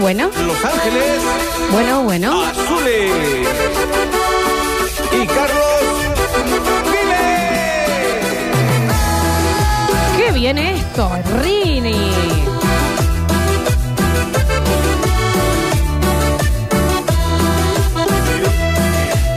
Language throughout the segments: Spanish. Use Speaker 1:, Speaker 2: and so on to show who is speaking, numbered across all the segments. Speaker 1: bueno.
Speaker 2: Los Ángeles
Speaker 1: Bueno, bueno.
Speaker 2: Azules. Y Carlos Vive.
Speaker 1: ¡Qué bien esto, Rini!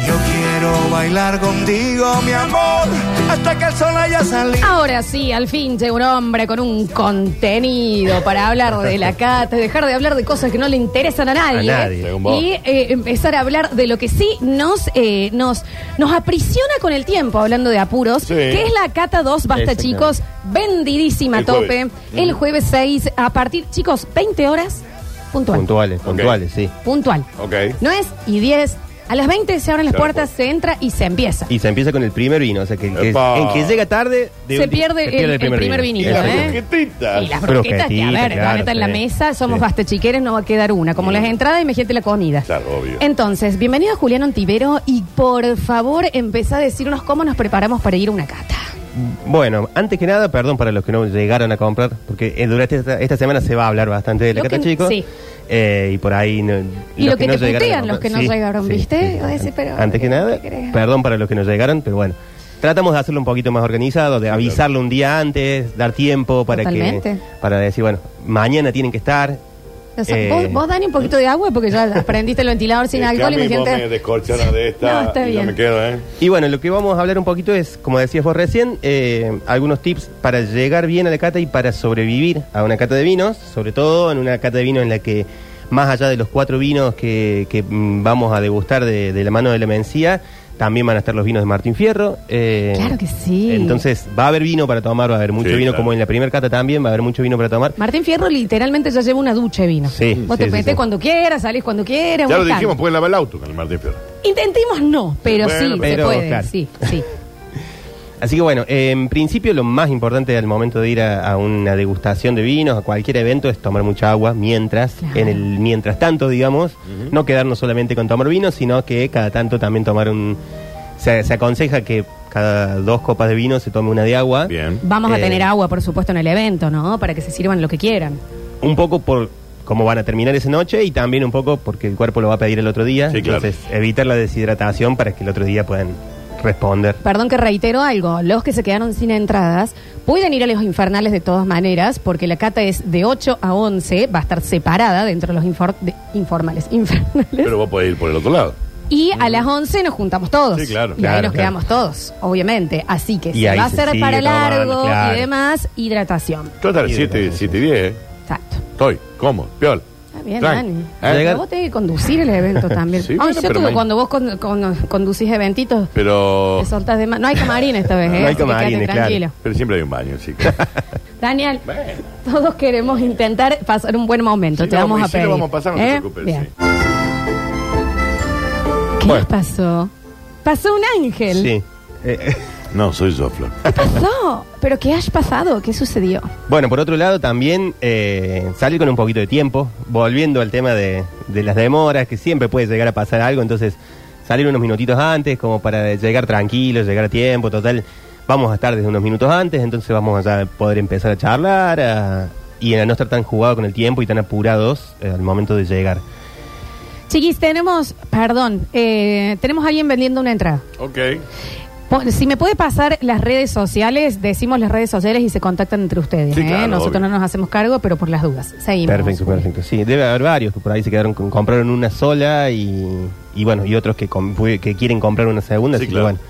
Speaker 3: Yo quiero bailar contigo, mi amor, hasta que el sol haya salido.
Speaker 1: Ahora sí, al fin llega un hombre con un contenido para hablar de la cata, dejar de hablar de cosas que no le interesan a nadie,
Speaker 4: A nadie.
Speaker 2: Según vos.
Speaker 1: y eh, empezar a hablar de lo que sí nos, eh, nos, nos aprisiona con el tiempo, hablando de apuros,
Speaker 2: Sí.
Speaker 1: que es la cata 2, basta
Speaker 4: Exactamente.
Speaker 1: chicos, vendidísima a
Speaker 2: El
Speaker 1: tope,
Speaker 2: jueves.
Speaker 1: el jueves 6, a partir, chicos, 20 horas, puntual.
Speaker 4: Puntuales,
Speaker 2: Ok.
Speaker 4: puntuales, sí.
Speaker 1: puntual.
Speaker 2: Ok.
Speaker 1: No es y 10. A las 20 se abren las
Speaker 2: Claro,
Speaker 1: puertas, se entra y se empieza.
Speaker 4: Y se empieza con el primer vino, o sea que el que,
Speaker 2: Epa.
Speaker 4: el que llega tarde... de
Speaker 1: Se
Speaker 4: un-
Speaker 1: pierde el- el primer vinito,
Speaker 2: Y las
Speaker 1: ¿eh?
Speaker 2: croquetitas.
Speaker 1: Y las broquetas, que a ver,
Speaker 4: Brujetitas,
Speaker 1: van a estar en la
Speaker 4: claro, sí.
Speaker 1: mesa, somos
Speaker 4: Sí.
Speaker 1: bastechiqueres, no va a quedar una. Como las entradas, imagínate la comida.
Speaker 2: Mm. Claro, obvio.
Speaker 1: Eh. Entonces, bienvenido a Julián Ontivero y por favor empezá a decirnos cómo nos preparamos para ir a una cata.
Speaker 4: Mm, Bueno, antes que nada, perdón para los que no llegaron a comprar, porque eh, durante esta, esta semana se va a hablar bastante de la
Speaker 1: Lo
Speaker 4: cata,
Speaker 1: que-
Speaker 4: chicos.
Speaker 1: sí.
Speaker 4: Eh, y por ahí. no-
Speaker 1: Y lo que te
Speaker 4: llegaron
Speaker 1: putean
Speaker 4: a comprar-
Speaker 1: los que no llegaron, ¿viste? Vas a decir, pero,
Speaker 4: antes que
Speaker 1: ¿qué
Speaker 4: nada,
Speaker 1: crees?
Speaker 4: perdón para los que no llegaron, pero bueno. Tratamos de hacerlo un poquito más organizado, de avisarlo un día antes, dar tiempo para
Speaker 1: Totalmente.
Speaker 4: que. Para decir, bueno, mañana tienen que estar.
Speaker 1: O sea,
Speaker 4: Eh,
Speaker 1: vos, vos, Dani, un poquito de agua porque ya prendiste el ventilador sin
Speaker 2: Es que
Speaker 1: alcohol
Speaker 2: a
Speaker 1: y
Speaker 2: mí
Speaker 1: me
Speaker 2: vos me descorcharon de esta
Speaker 1: No, está
Speaker 2: y yo
Speaker 1: bien.
Speaker 2: me quedo, ¿eh?
Speaker 4: Y bueno, lo que vamos a hablar un poquito es, como decías vos recién, eh, algunos tips para llegar bien a la cata y para sobrevivir a una cata de vinos, sobre todo en una cata de vinos en la que más allá de los cuatro vinos que, que, mm, vamos a degustar de, de la mano de la mencía, también van a estar los vinos de Martín Fierro. eh,
Speaker 1: Claro que sí.
Speaker 4: Entonces va a haber vino para tomar, va a haber mucho
Speaker 2: Sí,
Speaker 4: vino,
Speaker 2: claro.
Speaker 4: como en la primera cata también, va a haber mucho vino para tomar.
Speaker 1: Martín Fierro literalmente ya lleva una ducha de vino.
Speaker 4: Sí,
Speaker 1: Vos
Speaker 4: sí,
Speaker 1: te
Speaker 4: sí,
Speaker 1: metés
Speaker 4: sí.
Speaker 1: cuando quieras, salís cuando quieras.
Speaker 2: Ya lo
Speaker 1: un tanto.
Speaker 2: dijimos, puede lavar el auto con el Martín Fierro.
Speaker 1: ¿Eh? Intentemos no, pero
Speaker 2: Bueno,
Speaker 1: sí,
Speaker 4: pero,
Speaker 1: se puede.
Speaker 4: claro.
Speaker 1: Sí, sí.
Speaker 4: Así que bueno, eh, en principio lo más importante al momento de ir a, a una degustación de vinos, a cualquier evento, es tomar mucha agua mientras,
Speaker 1: Claro.
Speaker 4: en el mientras tanto, digamos, no quedarnos solamente con tomar vino, sino que cada tanto también tomar un... Se, se aconseja que cada dos copas de vino se tome una de agua.
Speaker 2: Bien.
Speaker 1: Vamos a
Speaker 4: Eh,
Speaker 1: tener agua, por supuesto, en el evento, ¿no? Para que se sirvan lo que quieran.
Speaker 4: Un poco por cómo van a terminar esa noche y también un poco porque el cuerpo lo va a pedir el otro día.
Speaker 2: Sí, claro.
Speaker 4: Entonces, evitar la deshidratación para que el otro día puedan responder.
Speaker 1: Perdón que reitero algo, los que se quedaron sin entradas pueden ir a los infernales de todas maneras, porque la cata es de 8 a 11, va a estar separada dentro de los infor- de- informales, infernales.
Speaker 2: Pero vos podés ir por el otro lado.
Speaker 1: y a las 11 nos juntamos todos.
Speaker 2: Sí, claro.
Speaker 1: Y ahí
Speaker 4: mm. Claro,
Speaker 1: nos
Speaker 4: claro.
Speaker 1: quedamos todos, obviamente. Así que
Speaker 4: Y
Speaker 1: si
Speaker 4: ahí
Speaker 1: va a
Speaker 4: se
Speaker 1: ser
Speaker 4: sigue
Speaker 1: para
Speaker 4: tomando,
Speaker 1: largo
Speaker 4: claro.
Speaker 1: y demás, hidratación.
Speaker 2: Yo hasta las
Speaker 4: Sí,
Speaker 2: 7,
Speaker 4: sí.
Speaker 2: 7 y 10, ¿eh?
Speaker 1: Exacto.
Speaker 2: Estoy, como, peor.
Speaker 1: Está bien,
Speaker 2: Tranqui.
Speaker 1: Dani.
Speaker 2: ¿Eh?
Speaker 1: Pero vos tenés que conducir el evento también.
Speaker 2: Sí,
Speaker 1: Ay,
Speaker 2: bueno,
Speaker 1: yo
Speaker 2: pero
Speaker 1: tuve
Speaker 2: me-
Speaker 1: cuando vos con- con- conducís eventitos,
Speaker 2: Pero,
Speaker 1: te soltás de más. No hay camarín esta vez, ¿eh?
Speaker 4: Oh. No hay
Speaker 1: Así que quédate
Speaker 4: camarines, claro.
Speaker 1: tranquilo.
Speaker 2: pero siempre hay un baño, chicos.
Speaker 1: Daniel,
Speaker 2: Bueno.
Speaker 1: todos queremos intentar pasar un buen momento.
Speaker 2: Sí,
Speaker 1: Te
Speaker 2: lo
Speaker 1: vamos,
Speaker 2: vamos-
Speaker 1: a
Speaker 2: sí, lo
Speaker 1: pedir. ¿Eh?
Speaker 2: vamos a pasar, no te preocupes,
Speaker 1: Bien.
Speaker 2: sí.
Speaker 1: ¿Qué
Speaker 4: Bueno.
Speaker 1: pasó? Pasó un ángel.
Speaker 4: Sí. Eh,
Speaker 2: No, soy yo, Flor.
Speaker 1: ¿Qué pasó? ¿Pero qué has pasado? ¿Qué sucedió?
Speaker 4: Bueno, por otro lado, también eh, salir con un poquito de tiempo, volviendo al tema de, de las demoras, que siempre puede llegar a pasar algo, entonces salir unos minutitos antes, como para llegar tranquilos, llegar a tiempo, total, vamos a estar desde unos minutos antes, entonces vamos a ya poder empezar a charlar a- y a no estar tan jugados con el tiempo y tan apurados eh, al momento de llegar.
Speaker 1: Chiquis, tenemos, perdón, eh, tenemos a alguien vendiendo una entrada.
Speaker 2: Ok.
Speaker 1: Po- Si me puede pasar las redes sociales, decimos las redes sociales y se contactan entre ustedes.
Speaker 2: Sí,
Speaker 1: ¿eh?
Speaker 2: claro,
Speaker 1: Nosotros
Speaker 2: obvio.
Speaker 1: no nos hacemos cargo, pero por las dudas. Seguimos.
Speaker 4: Perfecto, perfecto. Sí, debe haber varios que por ahí se quedaron con, compraron una sola y, y bueno, y otros que, com- fue- que quieren comprar una segunda.
Speaker 2: Sí,
Speaker 4: así
Speaker 2: claro.
Speaker 4: que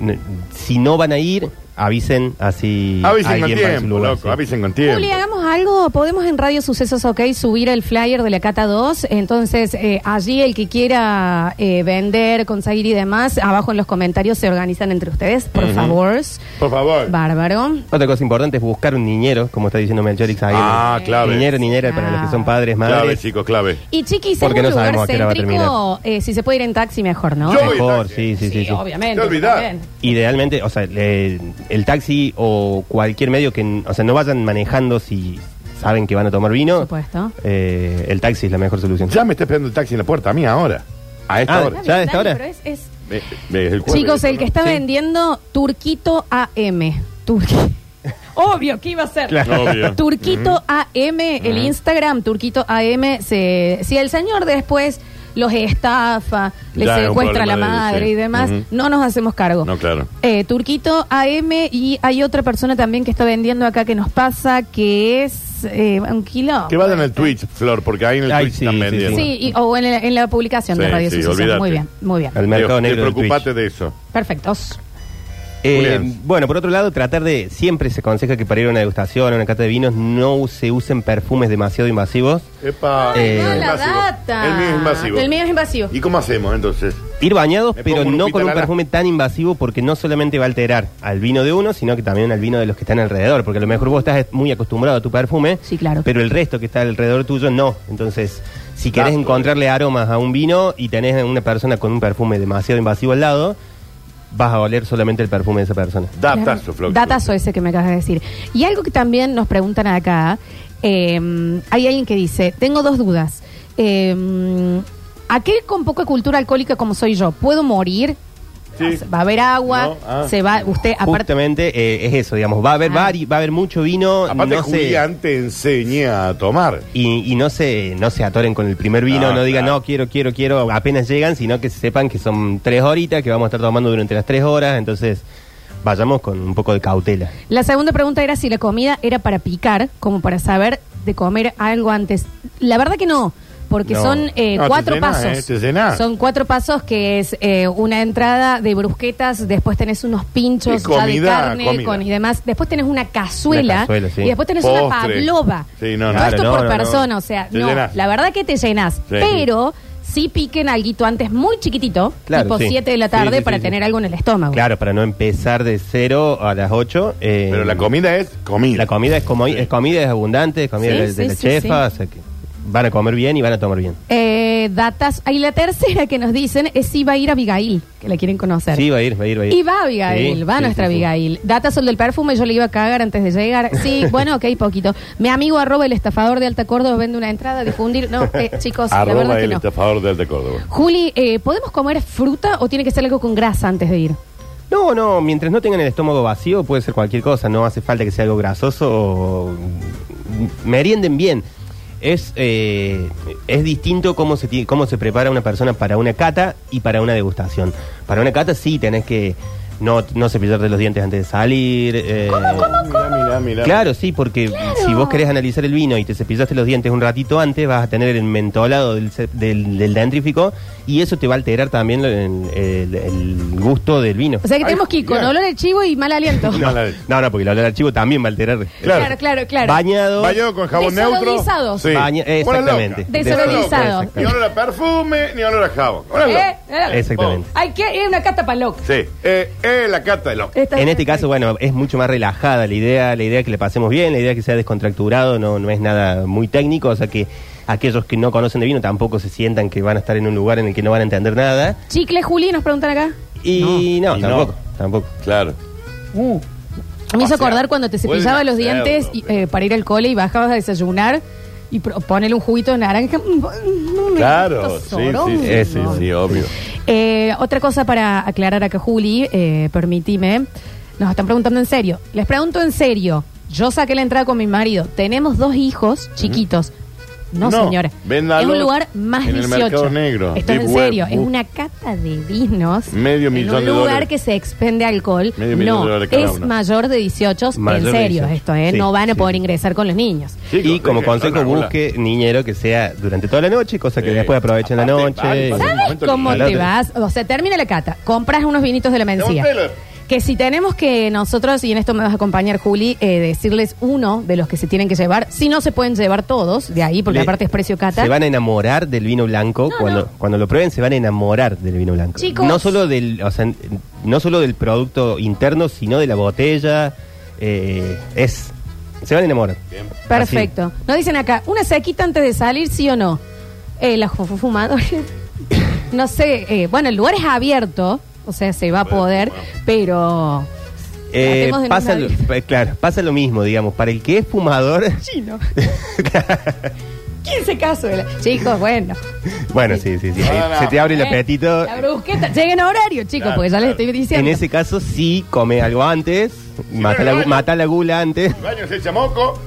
Speaker 4: bueno, n- si no van a ir, avisen así
Speaker 2: Avisen con
Speaker 4: alguien va en su
Speaker 2: tiempo,
Speaker 4: lugar,
Speaker 2: loco.
Speaker 4: sí.
Speaker 2: Avisen con tiempo.
Speaker 1: Juli, hagamos algo. Podemos en Radio Sucesos OK subir el flyer de la Cata 2. Entonces, eh, allí el que quiera eh, vender, conseguir y demás, abajo en los comentarios se organizan entre ustedes. Por favor.
Speaker 2: Por favor.
Speaker 1: Bárbaro.
Speaker 4: Otra cosa importante es buscar un niñero, como está diciendo Melchorix ahí.
Speaker 2: Ah, clave.
Speaker 4: Niñero, niñera, para los que son padres, madres.
Speaker 2: Clave, chicos, clave.
Speaker 1: Y chiquis, en
Speaker 4: Porque
Speaker 1: un
Speaker 4: no
Speaker 1: lugar
Speaker 4: sabemos a qué hora va a
Speaker 1: céntrico, eh, si se puede ir en taxi, mejor, ¿no?
Speaker 2: Yo voy en
Speaker 4: Mejor, sí,
Speaker 2: taxi.
Speaker 4: sí, sí. sí.
Speaker 1: obviamente.
Speaker 2: Te olvidás.
Speaker 1: también.
Speaker 4: Idealmente, o sea, le- el taxi o cualquier medio que, n- o sea, no vayan manejando si saben que van a tomar vino.
Speaker 1: Por supuesto.
Speaker 4: Eh, el taxi es la mejor solución.
Speaker 2: Ya me está esperando el taxi en la puerta, a mí ahora. A esta
Speaker 4: Ah,
Speaker 2: hora.
Speaker 4: ¿Ya a esta hora?
Speaker 1: Pero es- es-
Speaker 2: Eh, eh, el jueves,
Speaker 1: Chicos, el
Speaker 2: ¿no?
Speaker 1: que está
Speaker 4: Sí.
Speaker 1: vendiendo Turquito AM. Turqui- Obvio que iba a ser.
Speaker 4: Claro.
Speaker 2: Obvio. Mm.
Speaker 1: Turquito AM, el Instagram, Turquito AM, se, si el señor después los estafa, le
Speaker 2: Ya es un
Speaker 1: secuestra a la
Speaker 2: problema de él,
Speaker 1: madre
Speaker 2: sí.
Speaker 1: y demás,
Speaker 2: Ujú.
Speaker 1: no nos hacemos cargo.
Speaker 2: No, claro.
Speaker 1: Eh, Turquito AM y hay otra persona también que está vendiendo acá que nos pasa, que es eh, un kilo.
Speaker 2: Que vayan al Twitch, Flor, porque ahí en el
Speaker 4: Ay,
Speaker 2: Twitch
Speaker 4: sí,
Speaker 2: están
Speaker 4: sí,
Speaker 2: vendiendo.
Speaker 1: Sí, y- o en la, en la publicación de
Speaker 2: Sí,
Speaker 1: Radio
Speaker 2: sí,
Speaker 1: Sucesos.
Speaker 2: olvídate.
Speaker 1: Muy bien, muy bien.
Speaker 4: Al
Speaker 2: Te-
Speaker 4: mercado
Speaker 2: te
Speaker 4: negro del
Speaker 2: preocupate de eso.
Speaker 1: Perfectos.
Speaker 4: Eh,
Speaker 2: Julián.
Speaker 4: bueno, por otro lado, tratar de. Siempre se aconseja que para ir a una degustación, a una cata de vinos, no se usen perfumes demasiado invasivos.
Speaker 2: Epa,
Speaker 4: Ay, Eh,
Speaker 1: no, la
Speaker 2: invasivo.
Speaker 1: data.
Speaker 2: El mío es invasivo.
Speaker 1: El mío es invasivo.
Speaker 2: ¿Y cómo hacemos entonces?
Speaker 4: Ir bañados,
Speaker 2: Me
Speaker 4: pero
Speaker 2: pongo
Speaker 4: no
Speaker 2: Lupita
Speaker 4: con un
Speaker 2: Lara.
Speaker 4: perfume tan invasivo, porque no solamente va a alterar al vino de uno, sino que también al vino de los que están alrededor. Porque a lo mejor vos estás muy acostumbrado a tu perfume,
Speaker 1: Sí, claro.
Speaker 4: pero el resto que está alrededor tuyo no. Entonces, si querés
Speaker 2: Claro.
Speaker 4: encontrarle aromas a un vino y tenés a una persona con un perfume demasiado invasivo al lado, vas a oler solamente el perfume de esa persona.
Speaker 2: Datazo, Flor.
Speaker 1: Datazo ese que me acabas de decir. Y algo que también nos preguntan acá, eh, hay alguien que dice, tengo dos dudas. Eh, aquel con poca cultura alcohólica como soy yo, ¿puedo morir?
Speaker 2: Sí.
Speaker 1: Va a haber agua,
Speaker 2: No, ah.
Speaker 1: se va, usted aparte...
Speaker 4: Justamente eh, es eso, digamos, va a haber
Speaker 1: Ah.
Speaker 4: vari- va a haber mucho vino,
Speaker 2: Aparte,
Speaker 4: no se-
Speaker 2: Julián te enseña a tomar.
Speaker 1: Eh.
Speaker 4: y, y no se no se atoren con el primer vino,
Speaker 2: No,
Speaker 4: no, digan
Speaker 2: Ah, claro.
Speaker 4: no quiero, quiero, quiero, apenas llegan, sino que sepan que son tres horitas, que vamos a estar tomando durante las tres horas, entonces vayamos con un poco de cautela.
Speaker 1: La segunda pregunta era si la comida era para picar, como para saber de comer algo antes. La verdad que no. Porque
Speaker 4: No.
Speaker 1: son eh,
Speaker 2: No, te
Speaker 1: cuatro
Speaker 2: llenás,
Speaker 1: pasos.
Speaker 2: eh, te llenás.
Speaker 1: son cuatro pasos que es eh, una entrada de brusquetas, después tenés unos pinchos
Speaker 2: Y
Speaker 1: ya de
Speaker 2: comida,
Speaker 1: carne
Speaker 2: comida.
Speaker 1: con, y demás, después tenés una cazuela,
Speaker 4: Una cazuela, sí.
Speaker 1: y después tenés una
Speaker 2: Postre.
Speaker 1: pavlova.
Speaker 2: Sí,
Speaker 1: Todo
Speaker 2: no,
Speaker 4: no.
Speaker 1: esto
Speaker 4: Claro, no,
Speaker 1: por
Speaker 4: no, no.
Speaker 1: persona, o sea,
Speaker 2: Te
Speaker 1: no,
Speaker 2: llenás.
Speaker 1: la verdad que te llenás, pero sí piquen alguito antes muy chiquitito,
Speaker 4: Claro,
Speaker 1: tipo
Speaker 4: sí.
Speaker 1: 7 de la
Speaker 4: Sí,
Speaker 1: tarde
Speaker 4: sí, sí,
Speaker 1: para
Speaker 4: sí.
Speaker 1: tener algo en el estómago.
Speaker 4: Claro, para no empezar de cero a las ocho. eh,
Speaker 2: Pero la comida es comida.
Speaker 4: la comida es como es comida es abundante, es comida
Speaker 1: Sí,
Speaker 4: de, de
Speaker 1: sí,
Speaker 4: la
Speaker 1: sí,
Speaker 4: chefa,
Speaker 1: sí.
Speaker 4: o sea que van a comer bien y van a tomar bien.
Speaker 1: Eh, datas. Y la tercera que nos dicen es si va a ir a Abigail, que la quieren conocer.
Speaker 4: Sí, va a ir, va a ir, va a ir.
Speaker 1: Y va Abigail,
Speaker 4: Sí,
Speaker 1: va
Speaker 4: sí,
Speaker 1: nuestra
Speaker 4: sí, sí.
Speaker 1: Abigail. Datas el del perfume, yo le iba a cagar antes de llegar. Sí, bueno, ok, poquito. Mi amigo arroba el estafador de Alta Córdoba vende una entrada, difundir. No, eh, chicos, la
Speaker 2: Arroba
Speaker 1: verdad que
Speaker 2: el
Speaker 1: no.
Speaker 2: estafador de Alta Córdoba.
Speaker 1: Juli, eh, ¿podemos comer fruta o tiene que ser algo con grasa antes de ir?
Speaker 4: No, no, mientras no tengan el estómago vacío puede ser cualquier cosa, no hace falta que sea algo grasoso o... Merienden bien. Es, eh, es distinto cómo se, ti- cómo se prepara una persona para una cata y para una degustación. Para una cata sí tenés que no, no cepillarte los dientes antes de salir. eh,
Speaker 2: Mirá, mirá, mirá.
Speaker 4: Claro, sí, porque si vos querés analizar el vino y te cepillaste los dientes un ratito antes, vas a tener el mentolado del, ce- del, del dendrífico y eso te va a alterar también el- el- el gusto del vino.
Speaker 1: O sea que
Speaker 2: Ay,
Speaker 1: tenemos que ir con
Speaker 2: claro.
Speaker 1: olor de chivo y mal aliento.
Speaker 2: No, la-
Speaker 4: No, no, porque el olor al chivo también va a alterar.
Speaker 1: Claro, claro, claro.
Speaker 4: Bañado.
Speaker 2: Bañado con jabón neutro.
Speaker 1: Desodorizados.
Speaker 4: Baña-
Speaker 2: Hola, loca.
Speaker 4: exactamente.
Speaker 1: Desodorizados.
Speaker 2: Ni olor a perfume, ni olor a jabón. Hola, loca.
Speaker 1: Eh, eh,
Speaker 4: Exactamente.
Speaker 1: Hay que ir a una cata para loca.
Speaker 2: Sí. Eh, eh, la cata de loca.
Speaker 1: Está
Speaker 4: En este
Speaker 1: perfecto.
Speaker 4: caso, bueno, es mucho más relajada la idea, la idea es que le pasemos bien, la idea es que sea descontracturado, no, no es nada muy técnico, o sea que aquellos que no conocen de vino tampoco se sientan que van a estar en un lugar en el que no van a entender nada.
Speaker 1: Chicle, Juli, nos preguntan acá.
Speaker 4: Y no,
Speaker 2: Y no.
Speaker 4: tampoco, tampoco.
Speaker 2: Claro.
Speaker 1: Me
Speaker 2: O
Speaker 1: hizo
Speaker 2: sea,
Speaker 1: acordar cuando te
Speaker 2: pueden
Speaker 1: cepillaba los
Speaker 2: hacerlo,
Speaker 1: dientes y,
Speaker 2: pero-
Speaker 1: eh, para ir al cole y bajabas a desayunar y pro- ponele un juguito de naranja. Mm, mm, mm,
Speaker 2: Claro.
Speaker 1: esto
Speaker 2: Sí, sí,
Speaker 1: sorón.
Speaker 2: sí, sí, sí, obvio.
Speaker 1: Eh, otra cosa para aclarar acá, Juli, eh, permitime. Nos están preguntando en serio. Les pregunto en serio. Yo saqué la entrada con mi marido. Tenemos dos hijos chiquitos. No,
Speaker 2: No,
Speaker 1: señora.
Speaker 2: véndalos
Speaker 1: es un lugar más
Speaker 2: en el
Speaker 1: 18.
Speaker 2: mercado negro.
Speaker 1: Esto es en
Speaker 2: Deep web,
Speaker 1: serio. Es
Speaker 2: bu-
Speaker 1: una cata de vinos.
Speaker 2: Medio
Speaker 1: en
Speaker 2: millón
Speaker 1: un
Speaker 2: de
Speaker 1: lugar
Speaker 2: dólares.
Speaker 1: que se expende alcohol.
Speaker 2: Medio millón de
Speaker 1: no,
Speaker 2: dólares cada
Speaker 1: es
Speaker 2: uno.
Speaker 1: mayor de 18.
Speaker 4: Mayor
Speaker 1: en
Speaker 4: de
Speaker 1: serio
Speaker 4: 18.
Speaker 1: esto, ¿eh?
Speaker 4: Sí,
Speaker 1: no van a
Speaker 4: sí,
Speaker 1: poder
Speaker 4: sí.
Speaker 1: ingresar con los niños.
Speaker 2: Chicos,
Speaker 4: y como
Speaker 2: dejen,
Speaker 4: consejo
Speaker 2: no, no,
Speaker 4: busque niñero que sea durante toda la noche, cosa que
Speaker 2: Sí.
Speaker 4: después aprovechen la
Speaker 2: Aparte,
Speaker 4: noche.
Speaker 2: vale, vale.
Speaker 4: Y-
Speaker 1: ¿Sabes
Speaker 2: momento
Speaker 1: cómo
Speaker 4: lindo.
Speaker 1: te vas? O sea, termina la cata, compras unos vinitos de la mencía.
Speaker 2: Devolvelo.
Speaker 1: Que si tenemos que nosotros, y en esto me vas a acompañar, Juli, eh, decirles uno de los que se tienen que llevar, si no se pueden llevar todos de ahí, porque
Speaker 4: Le-
Speaker 1: aparte es precio cata.
Speaker 4: Se van a enamorar del vino blanco
Speaker 1: No,
Speaker 4: cuando
Speaker 1: no.
Speaker 4: cuando lo prueben se van a enamorar del vino blanco.
Speaker 1: Chicos.
Speaker 4: No solo del o sea, no solo del producto interno sino de la botella eh, es se van a enamorar.
Speaker 1: Perfecto. Nos dicen acá, una sequita antes de salir, sí o no. Eh, las fu- fumadores. no sé, eh, bueno, el lugar es abierto, o sea, se va a poder, pero...
Speaker 4: Así. Eh,
Speaker 1: Tratemos de no
Speaker 4: pasa
Speaker 1: salir.
Speaker 4: lo- eh, claro pasa lo mismo digamos para el que es fumador
Speaker 1: Chino. 15 casos. de la- Chicos, bueno.
Speaker 4: Bueno, sí, sí, sí.
Speaker 2: No,
Speaker 4: ahí
Speaker 2: no, no.
Speaker 4: Se te abre el
Speaker 1: Eh,
Speaker 4: apetito.
Speaker 1: La brusqueta. Lleguen a horario, chicos,
Speaker 2: Claro,
Speaker 1: porque ya les
Speaker 2: claro.
Speaker 1: estoy
Speaker 4: En
Speaker 1: diciendo.
Speaker 4: ese caso, sí, come algo antes. Mata
Speaker 2: no,
Speaker 4: la,
Speaker 2: no.
Speaker 4: mata la gula antes.
Speaker 2: Baño ese chamoco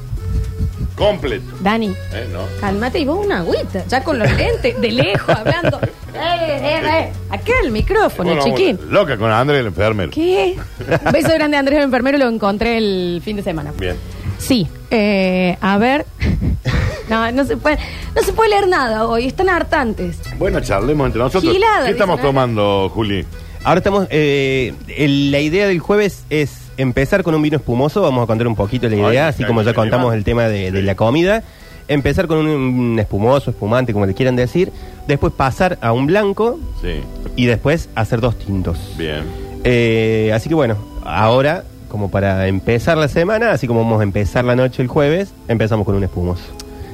Speaker 2: completo.
Speaker 1: Dani,
Speaker 2: ¿Eh? No.
Speaker 1: calmate y vos una agüita. Ya con los lentes, de lejos, hablando. Eh, eh, eh. Acá el micrófono,
Speaker 2: Bueno,
Speaker 1: chiquín.
Speaker 2: vamos, Loca con Andrés el enfermero.
Speaker 1: ¿Qué? Un beso grande a Andrés, el enfermero, lo encontré el fin de semana.
Speaker 2: Bien.
Speaker 1: Sí, eh, a ver. No, no se puede, no se puede leer nada hoy, están hartantes.
Speaker 2: Bueno, charlemos entre nosotros.
Speaker 1: Gilada,
Speaker 2: ¿Qué estamos
Speaker 1: dicen, ¿eh?
Speaker 2: tomando, Juli?
Speaker 4: Ahora estamos. eh, el- la idea del jueves es empezar con un vino espumoso. Vamos a contar un poquito la
Speaker 2: Ay,
Speaker 4: idea,
Speaker 2: me
Speaker 4: así
Speaker 2: cae
Speaker 4: como
Speaker 2: muy
Speaker 4: ya
Speaker 2: bien,
Speaker 4: contamos
Speaker 2: Iván.
Speaker 4: el tema de, de la comida. Empezar con un, un espumoso, espumante, como le quieran decir. Después pasar a un blanco
Speaker 2: Sí.
Speaker 4: y después hacer dos tintos.
Speaker 2: Bien.
Speaker 4: Eh, así que bueno, ahora, como para empezar la semana, así como vamos a empezar la noche el jueves, empezamos con un espumoso.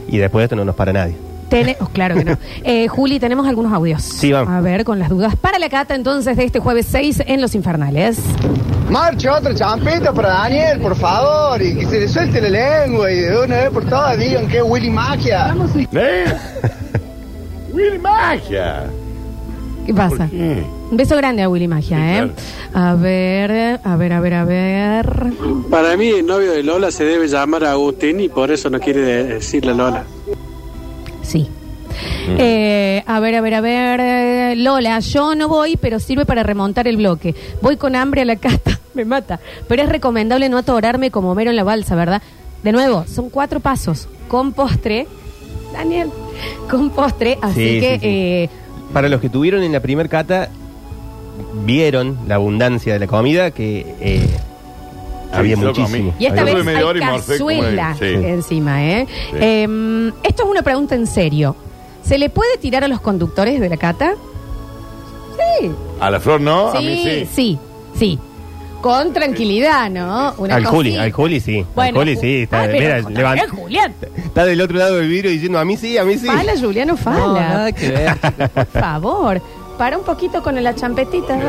Speaker 4: Y después de esto no nos para nadie.
Speaker 1: Tene- oh, claro que no. Eh, Juli, tenemos algunos audios.
Speaker 4: Sí, vamos.
Speaker 1: A ver, con las dudas. Para la cata entonces de este jueves 6 en Los Infernales.
Speaker 5: Marcha otro champito para Daniel, por favor, y que se le suelte la lengua y de una vez por todas digan que es Willy Magia.
Speaker 2: ¿Eh? Willy Magia.
Speaker 1: ¿Qué
Speaker 2: ¿Por
Speaker 1: pasa?
Speaker 2: qué?
Speaker 1: Un beso grande a Willy Magia,
Speaker 2: Sí,
Speaker 1: ¿eh? A ver, a ver, a ver, a ver.
Speaker 6: Para mí el novio de Lola se debe llamar Agustín y por eso no quiere decirle Lola.
Speaker 1: Sí.
Speaker 4: Mm.
Speaker 1: Eh, a ver, a ver, a ver. eh, Lola, yo no voy, pero sirve para remontar el bloque. Voy con hambre a la cata, me mata. Pero es recomendable no atorarme como Homero en la balsa, ¿verdad? De nuevo, son cuatro pasos. Con postre, Daniel, con postre. Así
Speaker 4: Sí,
Speaker 1: que
Speaker 4: sí, sí.
Speaker 1: eh,
Speaker 4: Para los que tuvieron en la primer cata, vieron la abundancia de la comida que eh, había
Speaker 2: yo comí.
Speaker 4: muchísimo.
Speaker 1: Y esta
Speaker 4: Había
Speaker 2: Yo tuve
Speaker 1: vez
Speaker 4: muchísimo.
Speaker 2: media hora
Speaker 1: hay
Speaker 2: y morfé como
Speaker 1: cazuela
Speaker 2: el- sí.
Speaker 1: encima, ¿eh?
Speaker 2: Sí.
Speaker 1: Em, Esto es una pregunta en serio. ¿Se le puede tirar a los conductores de la cata? Sí.
Speaker 2: A la flor no, Ah, a mí
Speaker 1: Sí,
Speaker 2: sí.
Speaker 1: sí, sí. Con tranquilidad, ¿no? Una
Speaker 4: Al Juli,
Speaker 1: cosita.
Speaker 4: al Juli sí.
Speaker 1: Bueno,
Speaker 4: al Juli sí. Está,
Speaker 1: ay, pero
Speaker 4: mira,
Speaker 1: con-
Speaker 4: levanta-
Speaker 1: eh, Julián.
Speaker 4: está del otro lado del vidrio diciendo a mí sí, a mí sí.
Speaker 1: Fala, Juliano, fala.
Speaker 7: No, nada que ver.
Speaker 1: Por favor, para un poquito con la champetita. ¿no?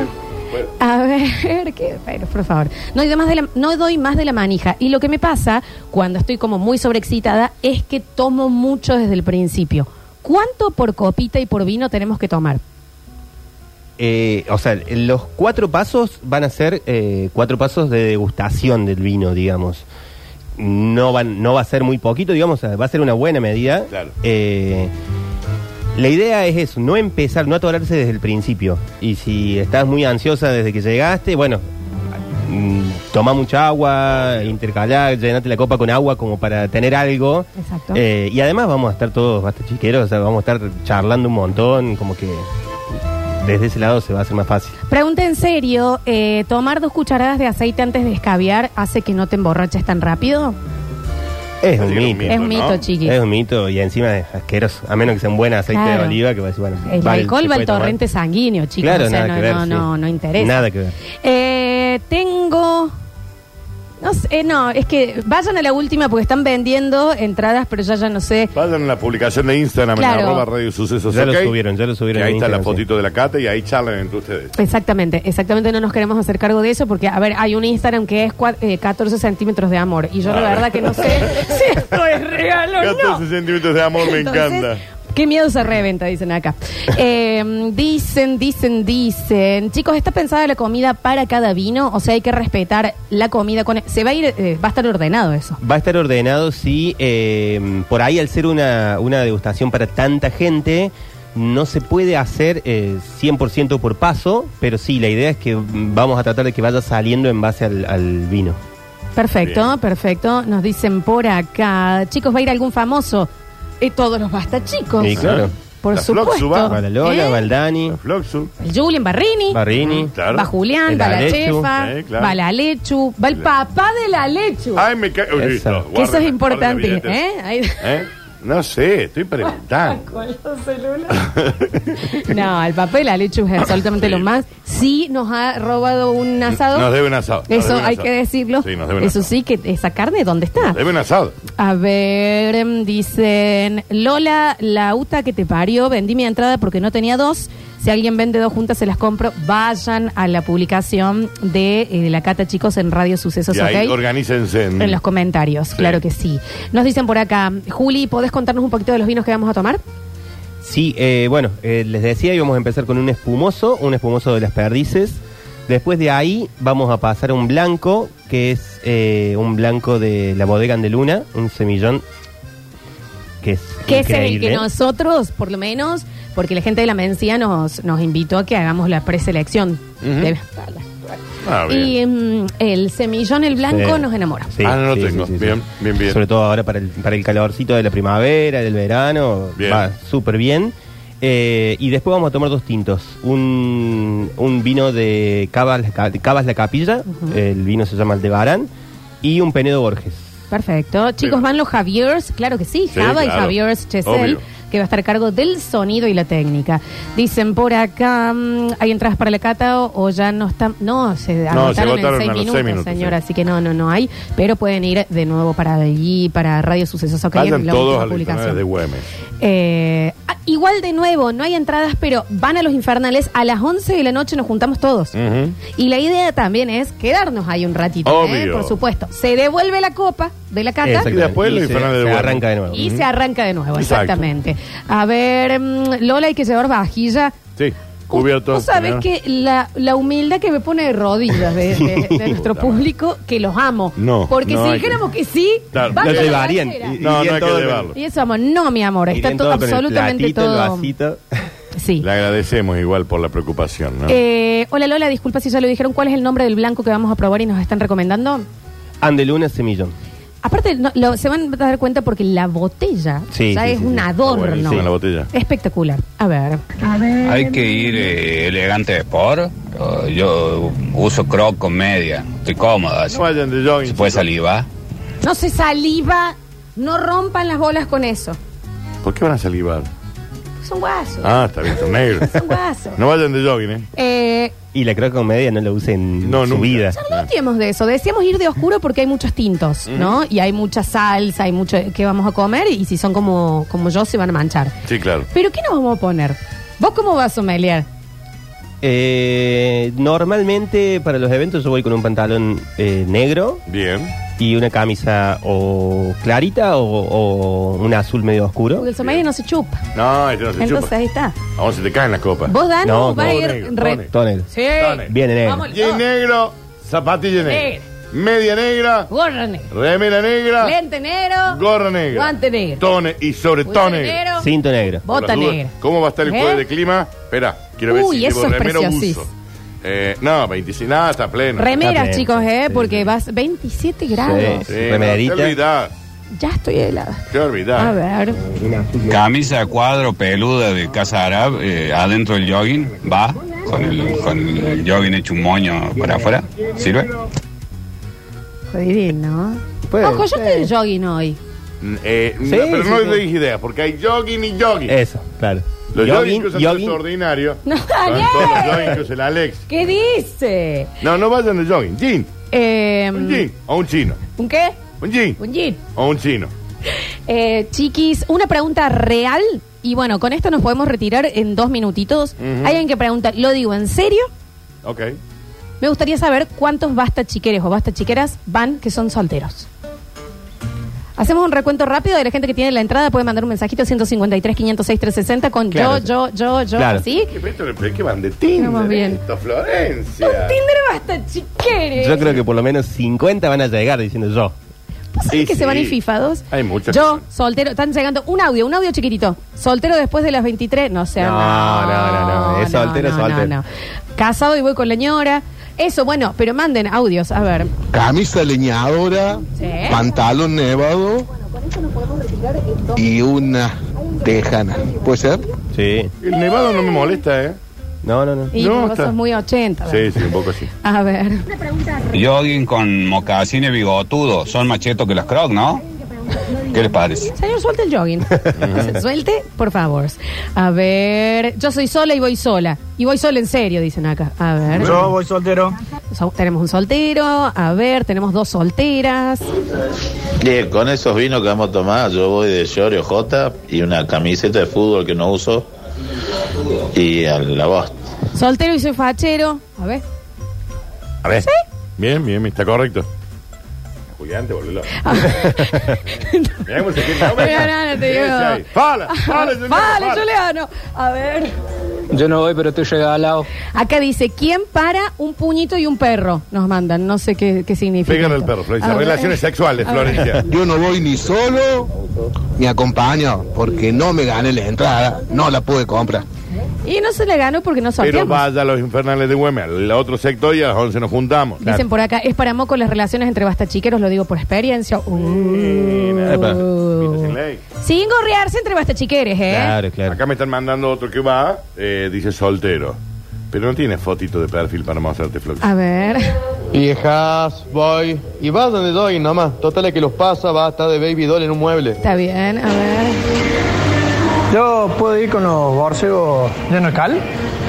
Speaker 1: A ver, qué, pero por favor. No doy, más de la, no doy más de la manija. Y lo que me pasa cuando estoy como muy sobreexcitada es que tomo mucho desde el principio. ¿Cuánto por copita y por vino tenemos que tomar?
Speaker 4: Eh, o sea, los cuatro pasos van a ser eh, cuatro pasos de degustación del vino, digamos. No, van, no va a ser muy poquito, digamos, o sea, va a ser una buena medida.
Speaker 2: Claro.
Speaker 4: Eh, la idea es eso, no empezar, no atorarse desde el principio. Y si estás muy ansiosa desde que llegaste, bueno, mm, toma mucha agua, intercalar, llenate la copa con agua como para tener algo.
Speaker 1: Exacto.
Speaker 4: Eh, y además vamos a estar todos bastante chiqueros, o sea, vamos a estar charlando un montón, como que desde ese lado se va a hacer más fácil.
Speaker 1: Pregunta en serio, eh, ¿tomar dos cucharadas de aceite antes de escabiar hace que no te emborraches tan rápido?
Speaker 4: Es
Speaker 2: Así
Speaker 4: un
Speaker 2: que
Speaker 4: mito.
Speaker 1: es un mito,
Speaker 2: ¿no?
Speaker 1: chiqui.
Speaker 4: Es un mito y encima es asqueroso, a menos que sea un buen aceite
Speaker 1: Claro.
Speaker 4: de oliva que va a decir, bueno,
Speaker 1: El
Speaker 4: vale, se
Speaker 1: alcohol va
Speaker 4: puede
Speaker 1: al
Speaker 4: tomar.
Speaker 1: torrente sanguíneo, chicos.
Speaker 4: Claro,
Speaker 1: o sea,
Speaker 4: nada
Speaker 1: no,
Speaker 4: que ver,
Speaker 1: no,
Speaker 4: sí.
Speaker 1: no, no interesa.
Speaker 4: Nada que ver.
Speaker 1: Eh, tengo. No sé, eh, no, es que vayan a la última porque están vendiendo entradas, pero ya ya no sé.
Speaker 2: Vayan a la publicación de Instagram
Speaker 1: Claro.
Speaker 2: en arroba radio sucesos.
Speaker 4: Ya lo
Speaker 2: ¿ok?
Speaker 4: subieron, ya lo subieron
Speaker 2: Que ahí
Speaker 4: en
Speaker 2: está la
Speaker 4: Instagram, sí.
Speaker 2: fotito de la cata y ahí charlan entre ustedes.
Speaker 1: Exactamente, exactamente no nos queremos hacer cargo de eso porque, a ver, hay un Instagram que es cua- eh, 14 centímetros de amor y yo la verdad que no sé si esto es real o no.
Speaker 2: 14 centímetros de amor, me
Speaker 1: Entonces,
Speaker 2: encanta.
Speaker 1: Qué miedo se reventa, dicen acá. Eh, dicen, dicen, dicen. Chicos, ¿está pensada la comida para cada vino? O sea, hay que respetar la comida con... Se va a ir, eh, va a estar ordenado eso.
Speaker 4: Va a estar ordenado si eh, por ahí al ser una, una degustación para tanta gente, no se puede hacer eh, 100% por paso, pero sí, la idea es que mm, vamos a tratar de que vaya saliendo en base al, al vino.
Speaker 1: Perfecto, perfecto. Nos dicen por acá. Chicos, ¿va a ir algún famoso? Eh, todos los basta, chicos.
Speaker 4: Sí, claro.
Speaker 1: Por
Speaker 2: La
Speaker 1: supuesto.
Speaker 2: Floxu va.
Speaker 4: Va la Lola,
Speaker 1: ¿Eh?
Speaker 4: va el Dani,
Speaker 2: Floxu.
Speaker 1: El Julian Barrini.
Speaker 4: Barrini.
Speaker 2: Claro.
Speaker 1: Va Julián,
Speaker 4: El
Speaker 1: va la
Speaker 4: Alechu.
Speaker 1: chefa,
Speaker 2: Sí, claro.
Speaker 1: va la lechu, va el papá de la lechu.
Speaker 2: Ay, me cae. Uy,
Speaker 4: Eso.
Speaker 2: no,
Speaker 4: Que
Speaker 1: que eso
Speaker 2: guarden-
Speaker 1: es importante,
Speaker 2: guarden
Speaker 1: ¿eh?
Speaker 2: billetes.
Speaker 1: Ahí-
Speaker 2: ¿Eh? No sé, estoy preguntando.
Speaker 1: Con los celulares. no, el papel, la leche es absolutamente
Speaker 2: Sí.
Speaker 1: lo más. Sí, nos ha robado un asado.
Speaker 2: Nos debe un asado. nos
Speaker 1: Eso
Speaker 2: debe un
Speaker 1: hay
Speaker 2: asado.
Speaker 1: que decirlo.
Speaker 2: Sí, nos debe un
Speaker 1: Eso
Speaker 2: asado.
Speaker 1: sí, que esa carne, ¿dónde está?
Speaker 2: Nos debe un asado.
Speaker 1: A ver, em, dicen, Lola, la UTA que te parió, vendí mi entrada porque no tenía dos. Si alguien vende dos juntas, se las compro. Vayan a la publicación de eh, La Cata, chicos, en Radio Sucesos,
Speaker 2: Y ahí
Speaker 1: ¿ok?
Speaker 2: organícense en,
Speaker 1: En los comentarios, claro que sí. Nos dicen por acá, Juli, ¿podés contarnos un poquito de los vinos que vamos a tomar?
Speaker 4: Sí, eh, bueno, eh, les decía, íbamos a empezar con un espumoso, un espumoso de las perdices. Después de ahí vamos a pasar a un blanco, que es eh, un blanco de la bodega Andeluna, un semillón que es
Speaker 1: Que es el
Speaker 4: increíble.
Speaker 1: que nosotros, por lo menos, porque la gente de la Mencía nos, nos invitó a que hagamos la preselección.
Speaker 2: Ujú.
Speaker 1: de-
Speaker 2: Ah, bien.
Speaker 1: Y mm, el semillón, el blanco,
Speaker 4: Sí.
Speaker 1: nos enamora.
Speaker 4: Sí,
Speaker 2: Ah, no lo
Speaker 4: sí,
Speaker 2: tengo.
Speaker 4: sí, sí, sí.
Speaker 2: Bien, bien, bien.
Speaker 4: Sobre todo ahora para el, para el calorcito de la primavera, del verano,
Speaker 2: Bien.
Speaker 4: va súper bien. Eh, y después vamos a tomar dos tintos. Un, un vino de Cavas, la Ca- Cavas La Capilla, el vino se llama Aldebarán, y un Penedo Borges.
Speaker 1: Perfecto. Chicos,
Speaker 2: Bien.
Speaker 1: van los Javiers, claro que sí,
Speaker 2: Sí,
Speaker 1: Java y
Speaker 2: claro.
Speaker 1: Javiers Chesel,
Speaker 2: Obvio.
Speaker 1: que va a estar a cargo del sonido y la técnica. Dicen por acá, mm, ¿hay entradas para la cata o, o ya no están? No, se agotaron,
Speaker 2: agotaron
Speaker 1: en
Speaker 2: a los
Speaker 1: seis
Speaker 2: seis
Speaker 1: minutos,
Speaker 2: minutos,
Speaker 1: señora,
Speaker 2: sí.
Speaker 1: así que no, no, no hay. Pero pueden ir de nuevo para allí, para Radio Sucesos OK,
Speaker 2: Vayan
Speaker 1: en la
Speaker 2: todos
Speaker 1: última
Speaker 2: a la internet de Güemes.
Speaker 1: Eh, ah, igual de nuevo, no hay entradas, pero van a los infernales. A las 11 de la noche nos juntamos todos.
Speaker 2: Ujú.
Speaker 1: Y la idea también es quedarnos ahí un ratito, ¿eh?
Speaker 2: Obvio.
Speaker 1: por supuesto. Se devuelve la copa de la cata
Speaker 4: Exactamente.
Speaker 2: Y después lo
Speaker 4: se-
Speaker 2: infernal de
Speaker 4: se
Speaker 2: Güemes.
Speaker 4: arranca de nuevo.
Speaker 1: y se arranca de nuevo,
Speaker 2: Exacto.
Speaker 1: exactamente. A ver, mm, Lola, hay que llevar vajilla.
Speaker 2: Sí, cubierto.
Speaker 1: Tú sabes
Speaker 2: ¿no?
Speaker 1: que la, la humildad que me pone de rodillas de, de- de nuestro público, que los amo.
Speaker 2: No,
Speaker 1: Porque
Speaker 2: no
Speaker 1: si
Speaker 2: hay que-
Speaker 1: dijéramos que, sí,
Speaker 2: Claro,
Speaker 1: van
Speaker 4: Lo
Speaker 1: a la
Speaker 4: llevarían.
Speaker 1: bandera.
Speaker 4: Y- y
Speaker 2: No, no
Speaker 4: irían
Speaker 2: hay que
Speaker 4: todo con-
Speaker 2: llevarlo.
Speaker 1: Y eso vamos, no, mi amor, está
Speaker 4: irían
Speaker 1: todo,
Speaker 4: todo con el
Speaker 1: absolutamente
Speaker 4: platito, el
Speaker 1: todo.
Speaker 4: vasito.
Speaker 1: Sí.
Speaker 2: Le agradecemos igual por la preocupación, ¿no?
Speaker 1: Eh, hola Lola, disculpa si ya lo dijeron, ¿cuál es el nombre del blanco que vamos a probar y nos están recomendando?
Speaker 4: Andeluna Semillón.
Speaker 1: Aparte, no, lo- se van a dar cuenta porque la botella
Speaker 4: Sí,
Speaker 1: ya
Speaker 4: sí,
Speaker 1: es
Speaker 4: sí,
Speaker 1: un
Speaker 4: sí.
Speaker 1: adorno.
Speaker 2: Buenísima la botella.
Speaker 1: Eh, Espectacular. A ver.
Speaker 7: Hay que ir eh, elegante de por. Yo, yo uso croc con media. Estoy cómodo así.
Speaker 2: No vayan de jogging.
Speaker 7: Se puede
Speaker 2: chicos.
Speaker 7: salivar.
Speaker 1: No se saliva, no rompan las bolas con eso.
Speaker 2: ¿Por qué van a salivar?
Speaker 1: Son guasos.
Speaker 2: Ah, está bien, son negros.
Speaker 1: Son guasos.
Speaker 2: No vayan de jogging, ¿eh?
Speaker 1: Eh,
Speaker 4: Y la croca con media no la usen en
Speaker 2: No,
Speaker 4: su
Speaker 2: nunca.
Speaker 4: vida.
Speaker 1: ya hablamos de eso. Decíamos ir de oscuro porque hay muchos tintos, ¿no? Y hay mucha salsa, hay mucho que vamos a comer y si son como, como yo se van a manchar.
Speaker 2: Sí, claro.
Speaker 1: ¿Pero qué nos vamos a poner? ¿Vos cómo vas a sommelier?
Speaker 4: Eh, normalmente para los eventos yo voy con un pantalón eh, negro
Speaker 2: Bien.
Speaker 4: y una camisa o clarita o, o un azul medio oscuro.
Speaker 1: Porque el sommelier no se chupa.
Speaker 2: No, este no se
Speaker 1: Entonces
Speaker 2: chupa.
Speaker 1: ahí está.
Speaker 2: Vamos, se te caen las copas.
Speaker 1: Vos, Danu,
Speaker 4: No,
Speaker 1: vas a
Speaker 4: no,
Speaker 1: ir
Speaker 2: negro,
Speaker 1: re-
Speaker 2: no,
Speaker 4: Tonel.
Speaker 1: Sí.
Speaker 2: Dale.
Speaker 4: Viene negro.
Speaker 1: Vamos,
Speaker 2: Y en negro, zapatilla negra. Media negra,
Speaker 1: Gorra negra.
Speaker 2: remera negra,
Speaker 1: Lente negro.
Speaker 2: Ah. gorra negra.
Speaker 1: Guante negro.
Speaker 2: Tone y sobre todo
Speaker 1: guante
Speaker 2: negro.
Speaker 1: negro,
Speaker 4: Cinto negro.
Speaker 2: Por
Speaker 1: Bota
Speaker 2: las dudas,
Speaker 1: negra.
Speaker 2: ¿Cómo va a estar el
Speaker 1: ¿Eh?
Speaker 2: jueves de clima? Espera, quiero ver
Speaker 1: Uy,
Speaker 2: si llevo
Speaker 1: eso es
Speaker 2: remera o
Speaker 1: preciosís.
Speaker 2: buzo. Eh, no, 25, nada, está pleno.
Speaker 1: Remeras,
Speaker 4: Está bien,
Speaker 1: chicos, ¿eh?
Speaker 4: sí,
Speaker 1: porque
Speaker 4: sí.
Speaker 1: vas 27 grados.
Speaker 4: Sí.
Speaker 2: Sí,
Speaker 4: Remerita.
Speaker 2: No, te olvidás,
Speaker 1: Ya estoy helada.
Speaker 2: te olvidás.
Speaker 1: A ver.
Speaker 7: Camisa de cuadro peluda de casa árabe. eh, adentro del jogging. Va. Con el, con el jogging hecho un moño para afuera. ¿Sirve?
Speaker 1: Jodidín, ¿no?
Speaker 4: Puede,
Speaker 1: Ojo, yo
Speaker 4: sí.
Speaker 1: estoy de jogging hoy.
Speaker 2: Mm, eh,
Speaker 4: Sí,
Speaker 2: no, pero
Speaker 4: sí,
Speaker 2: no
Speaker 4: sí.
Speaker 2: le deis ideas, porque hay jogging y jogging.
Speaker 4: Eso, claro.
Speaker 2: Los jogging,
Speaker 4: Jogging,
Speaker 2: que usan
Speaker 4: jogging.
Speaker 2: todo ordinario.
Speaker 1: No,
Speaker 2: Son
Speaker 1: Daniel.
Speaker 2: todos los jogging que usa el Alex.
Speaker 1: ¿Qué dice?
Speaker 2: No, no vayan de jogging. Jean,
Speaker 1: Eh,
Speaker 2: un jean o un chino.
Speaker 1: ¿Un qué?
Speaker 2: Un jean
Speaker 1: Un jean.
Speaker 2: o un chino.
Speaker 1: Eh, chiquis, una pregunta real. Y bueno, con esto nos podemos retirar en dos minutitos.
Speaker 2: Ujú.
Speaker 1: Hay alguien que pregunta, ¿lo digo en serio?
Speaker 2: Ok.
Speaker 1: Me gustaría saber cuántos basta chiqueres o basta chiqueras van que son solteros. Hacemos un recuento rápido de la gente que tiene la entrada. Puede mandar un mensajito a 153 506 360 con
Speaker 4: Claro.
Speaker 1: yo, yo, yo, yo.
Speaker 4: Claro.
Speaker 1: ¿Sí?
Speaker 2: ¿Qué, esto, ¿Qué van de Tinder?
Speaker 1: Vamos bien.
Speaker 2: Esto,
Speaker 1: Con
Speaker 2: Florencia.
Speaker 1: Tinder basta chiqueres.
Speaker 4: Yo creo que por lo menos 50 van a llegar diciendo yo.
Speaker 1: ¿Vos sabés
Speaker 2: Sí,
Speaker 1: que
Speaker 2: sí.
Speaker 1: se van a ir fifados?
Speaker 2: Hay muchas
Speaker 1: Yo,
Speaker 2: que
Speaker 1: soltero, están llegando. Un audio, un audio chiquitito. Soltero después de las 23. No sé.
Speaker 4: No, no, no, no. Es soltero, es soltero.
Speaker 1: Casado y voy con la ñora. Eso, bueno, pero manden audios. A ver.
Speaker 8: Camisa leñadora,
Speaker 1: Sí.
Speaker 8: pantalón nevado y una tejana. ¿Puede ser?
Speaker 4: Sí.
Speaker 2: El nevado no me molesta, ¿eh?
Speaker 4: No, no, no.
Speaker 1: Y
Speaker 2: No,
Speaker 1: vos
Speaker 2: está-
Speaker 1: sos muy 80.
Speaker 2: Sí, sí, un poco así.
Speaker 1: A ver.
Speaker 7: Jogging con mocasines bigotudos. Son más chetos que las croc, ¿no? ¿Qué les parece?
Speaker 1: Señor, suelte el jogging. Entonces, suelte, por favor. A ver. Yo soy sola y voy sola. Y voy sola en serio, dicen acá. A ver.
Speaker 9: Yo voy soltero.
Speaker 1: So- tenemos un soltero. A ver, tenemos dos solteras.
Speaker 10: Bien, con esos vinos que vamos a tomar, yo voy de Llorio J y una camiseta de fútbol que no uso y a la voz.
Speaker 1: Soltero y soy fachero. A ver.
Speaker 2: A ver. Bien, bien, está correcto. Julián, te volvió la. Mirá cómo se queda.
Speaker 1: Mira, Ah. nada, te digo.
Speaker 2: Ese ahí. Fala, fala, yo le-
Speaker 1: Vale,
Speaker 2: fala.
Speaker 1: yo le gano. A ver.
Speaker 6: Yo no voy, pero estoy regalado.
Speaker 1: Acá dice, ¿quién para un puñito y un perro? Nos mandan, no sé qué, qué significa.
Speaker 2: Pégale al
Speaker 1: esto.
Speaker 2: perro, Florencia.
Speaker 1: A ver. eh,
Speaker 2: Relaciones sexuales,
Speaker 1: A ver.
Speaker 2: Florencia.
Speaker 8: Yo no voy ni solo ni acompaño porque no me gané la entrada, no la pude comprar.
Speaker 1: Y no se le ganó porque no
Speaker 2: Pero
Speaker 1: sorteamos.
Speaker 2: vaya a los infernales de Güemes, al otro sector y a las 11 nos juntamos.
Speaker 1: Dicen por acá, es para moco las relaciones entre bastachiqueros, lo digo por experiencia. Uh.
Speaker 4: Epa.
Speaker 2: Viste sin ley.
Speaker 1: Sin gorrearse entre bastachiqueres, ¿eh?
Speaker 4: Claro, claro.
Speaker 2: Acá me están mandando otro que va, eh, dice soltero. Pero no tiene fotito de perfil para mostrarte, Flor.
Speaker 1: A ver.
Speaker 9: Viejas, voy. Y va donde doy nomás. Total, el que los pasa va a estar de baby doll en un mueble.
Speaker 1: Está bien, a ver.
Speaker 9: Yo puedo ir con los borcegos lleno de cal.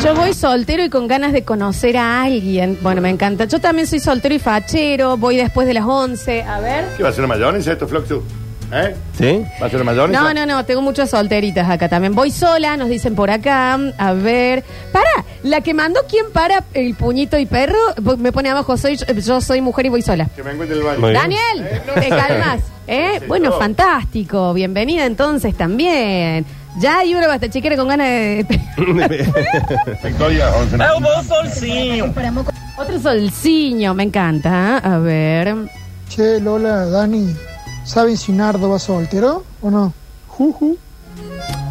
Speaker 1: Yo voy soltero y con ganas de conocer a alguien. Bueno, me encanta. Yo también soy soltero y fachero, voy después de las 11. A ver.
Speaker 2: ¿Qué va a ser una mayonesa esto, Floxu? ¿Eh?
Speaker 4: ¿Sí?
Speaker 2: ¿Va a ser una mayonesa?
Speaker 1: No, no, no, tengo muchas solteritas acá también. Voy sola, nos dicen por acá. A ver. Para, la que mandó quién para el puñito y perro, me pone abajo, soy yo soy mujer y voy sola.
Speaker 2: Que me encuentre el baño.
Speaker 4: Muy bien.
Speaker 1: Daniel,
Speaker 2: Eh, no.
Speaker 1: te calmas. ¿eh?
Speaker 2: Sí,
Speaker 1: Bueno,
Speaker 2: no.
Speaker 1: fantástico. Bienvenida entonces también. Ya hay una bastachiquera con ganas de.
Speaker 2: Victoria, 11 nos juntamos.
Speaker 1: Otro solciño, me encanta. ¿eh? A ver.
Speaker 9: Che, Lola, Dani, ¿saben si Nardo va soltero o no? Juju.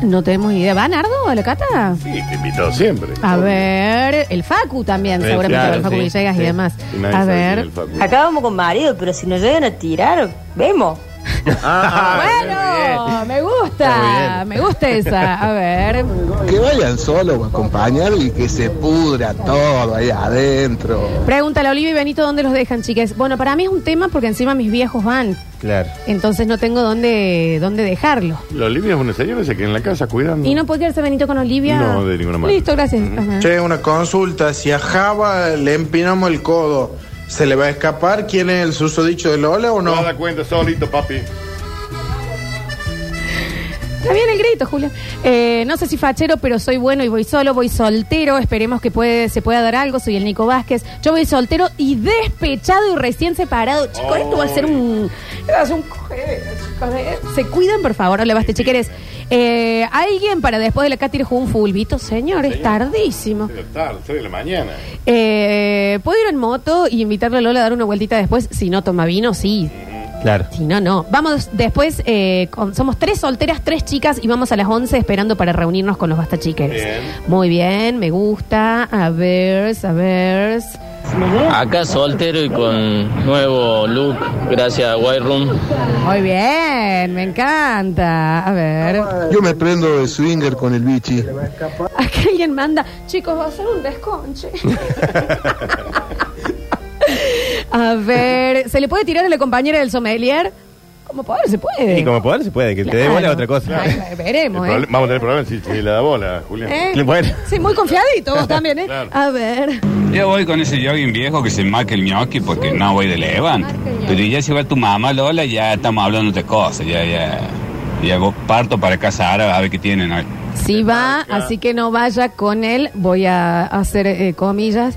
Speaker 1: No tenemos idea. ¿Va Nardo a la cata?
Speaker 2: Sí, te invitado siempre.
Speaker 1: A ver, el Facu también,
Speaker 4: Sí,
Speaker 1: seguramente,
Speaker 4: claro,
Speaker 1: el Facu
Speaker 4: sí,
Speaker 1: Villegas y
Speaker 4: sí.
Speaker 1: demás.
Speaker 2: Y nadie
Speaker 1: A
Speaker 2: sabe quién es
Speaker 1: ver.
Speaker 2: el Facu.
Speaker 11: vamos con marido, pero si nos llegan a tirar, vemos.
Speaker 1: Ah,
Speaker 2: Ah,
Speaker 1: Bueno, me gusta, me gusta esa. A ver.
Speaker 8: Que vayan solo o acompañado y que se pudra todo ahí adentro.
Speaker 1: Pregúntale a Olivia y Benito dónde los dejan, chicas. Bueno, para mí es un tema porque encima mis viejos van.
Speaker 4: Claro.
Speaker 1: Entonces no tengo dónde, dónde dejarlo.
Speaker 2: La Olivia es una señora, se queda en la casa cuidando.
Speaker 1: ¿Y no puede quedarse Benito con Olivia?
Speaker 2: No, de ninguna manera.
Speaker 1: Listo, gracias. Ajá.
Speaker 9: Che, una consulta. Si a Java le empinamos el codo, ¿se le va a escapar quién es el susodicho de Lola o
Speaker 2: No
Speaker 9: no?
Speaker 2: da cuenta solito, papi.
Speaker 1: Está bien el grito, Julia. Eh, no sé si fachero, pero soy bueno y voy solo, voy soltero. Esperemos que puede, se pueda dar algo. Soy el Nico Vázquez. Yo voy soltero y despechado y recién separado. Chicos, esto va a ser un. va a ser Oh. un cogedero, chicos, eh. Se cuidan, por favor, hola, baste, chiqueres. Eh, Alguien para después de la Katy jugó un fulbito, señor, es tardísimo.
Speaker 2: Pero tarde, 3 de la mañana.
Speaker 1: Eh, ¿Puedo ir en moto y invitarle a Lola a dar una vueltita después? Si no toma vino, sí.
Speaker 4: Claro.
Speaker 1: Si no, no. Vamos después, eh, con- somos tres solteras, tres chicas y vamos a las 11 esperando para reunirnos con los bastachiqueres.
Speaker 2: Bien.
Speaker 1: Muy bien, me gusta. A ver, a ver.
Speaker 9: Acá soltero y con nuevo look, gracias a White Room.
Speaker 1: Muy bien, me encanta. A ver.
Speaker 8: Yo me prendo de swinger con el bichi.
Speaker 1: Acá alguien manda, chicos, va a ser un desconche. a ver, ¿se le puede tirar a la compañera del sommelier? Como poder, se puede.
Speaker 4: Y como poder se puede, que te dé
Speaker 1: Claro.
Speaker 4: bola a otra cosa.
Speaker 1: Ay,
Speaker 2: El
Speaker 1: veremos,
Speaker 2: proble-
Speaker 1: ¿eh?
Speaker 2: Vamos a tener problemas si, si le da bola, Julián.
Speaker 1: ¿Eh?
Speaker 4: Bueno.
Speaker 1: Sí, muy confiadito vos también, ¿eh?
Speaker 2: Claro.
Speaker 1: A ver.
Speaker 7: Yo voy con ese jogging viejo que se marca el ñoqui porque no voy de levante. Pero ya si va tu mamá, Lola, ya estamos hablando de cosas. Ya, ya, ya vos parto para casa árabe a ver qué tienen hoy.
Speaker 1: Sí va, así que no vaya con él. Voy a hacer eh, comillas.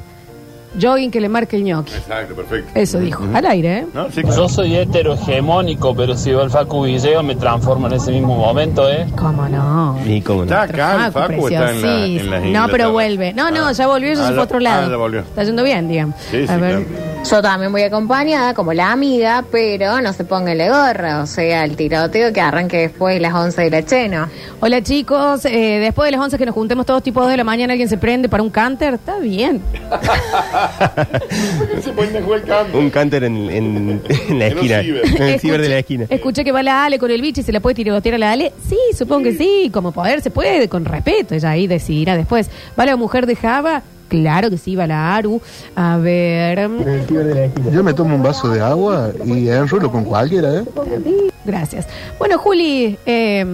Speaker 1: Jogging que le marque el ñoqui.
Speaker 2: Exacto, perfecto.
Speaker 1: Eso dijo. Al aire, ¿eh?
Speaker 2: ¿No? Sí, claro.
Speaker 9: soy heterohegemónico, pero si va el Facu Villeo me transformo en ese mismo momento, ¿eh?
Speaker 1: ¿Cómo no? Ah,
Speaker 4: Y cómo
Speaker 2: Está
Speaker 4: no.
Speaker 2: acá el Facu, está en, la, en las
Speaker 1: No,
Speaker 2: Inglaterra.
Speaker 1: pero vuelve. No, no,
Speaker 2: Ah.
Speaker 1: ya volvió, ya
Speaker 2: Ah,
Speaker 1: se fue
Speaker 2: ya-
Speaker 1: a otro lado.
Speaker 2: Ah, ya volvió.
Speaker 1: Está yendo bien, digamos.
Speaker 2: Sí, sí,
Speaker 1: a ver.
Speaker 2: claro.
Speaker 11: Yo también voy acompañada como la amiga, pero no se ponga la gorra, o sea, el tiroteo que arranque después de las 11 de la cheno.
Speaker 1: Hola chicos, Eh, después de las 11 que nos juntemos todos tipo 2 de la mañana, alguien se prende para un canter. Está bien.
Speaker 2: Se ponen a jugar el campo.
Speaker 4: Un canter en, en- en la
Speaker 2: En un
Speaker 4: esquina.
Speaker 2: ciber.
Speaker 4: En el ciber
Speaker 1: Escuché-
Speaker 4: de la esquina.
Speaker 1: Escuché que va la Ale con el bicho y se la puede tirotear a la Ale. Sí, supongo que sí, como poder se puede, con respeto. Ella ahí decidirá después. ¿Va la mujer de Java? Claro que sí, va la Aru. A ver.
Speaker 8: Yo me tomo un vaso de agua y enrolo con cualquiera, ¿eh?
Speaker 1: Gracias. Bueno, Juli, eh,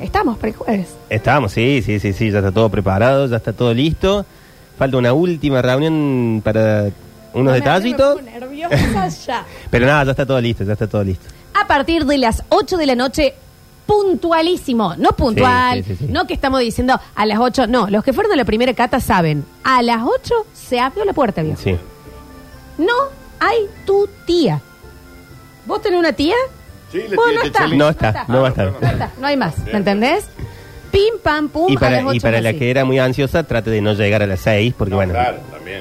Speaker 1: estamos para el jueves.
Speaker 4: Estamos, sí, sí, sí, sí, ya está todo preparado, ya está todo listo. Falta una última reunión para unos
Speaker 1: Me-
Speaker 4: detallitos.
Speaker 1: me pongo nerviosa ya.
Speaker 4: Pero nada, ya está todo listo, ya está todo listo.
Speaker 1: A partir de las 8 de la noche, puntualísimo. No puntual,
Speaker 4: Sí, sí, sí, sí.
Speaker 1: no que estamos diciendo a las 8. No, los que fueron a la primera cata saben. A las 8 se abrió la puerta, viejo.
Speaker 4: Sí.
Speaker 1: No hay tu tía. ¿Vos tenés una tía?
Speaker 2: Sí,
Speaker 1: Vos no está.
Speaker 4: No está, no va a estar.
Speaker 1: No está, no hay más. ¿Me entendés? Pim, pam, pum.
Speaker 4: Y
Speaker 1: a las
Speaker 4: para,
Speaker 1: ocho
Speaker 4: y para
Speaker 1: es
Speaker 4: la
Speaker 1: así.
Speaker 4: que era muy ansiosa, trate de no llegar a las 6, porque bueno,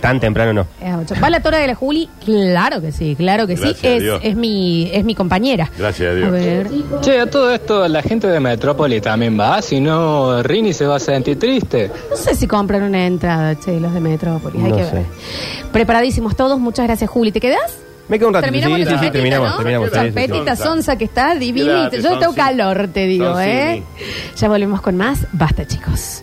Speaker 4: tan temprano no.
Speaker 1: Es a ocho. ¿Va la Tora de la Juli? Claro que sí, claro que sí.
Speaker 4: Gracias a
Speaker 1: Es,
Speaker 4: Dios.
Speaker 1: es, mi, es mi compañera.
Speaker 2: Gracias a
Speaker 1: A ver.
Speaker 12: Che, a todo esto la gente de Metrópoli también va, si no Rini se va a sentir triste.
Speaker 1: No sé si compran una entrada, che, los de Metrópolis. Hay
Speaker 12: No
Speaker 1: que
Speaker 12: sé.
Speaker 1: ver. Preparadísimos todos. Muchas gracias, Juli. ¿Te quedás?
Speaker 4: Me queda un ratito.
Speaker 1: Terminamos
Speaker 4: sí,
Speaker 1: la
Speaker 4: sí, sí,
Speaker 1: champetita,
Speaker 4: terminamos,
Speaker 1: ¿no?
Speaker 4: terminamos. sí, sí, sí.
Speaker 1: Champetita sonsa que está divinita.
Speaker 4: Quédate,
Speaker 1: Yo tengo
Speaker 4: Sonsi.
Speaker 1: calor, te digo,
Speaker 4: Sonsini.
Speaker 1: ¿eh? Ya volvemos con más. Basta, chicos.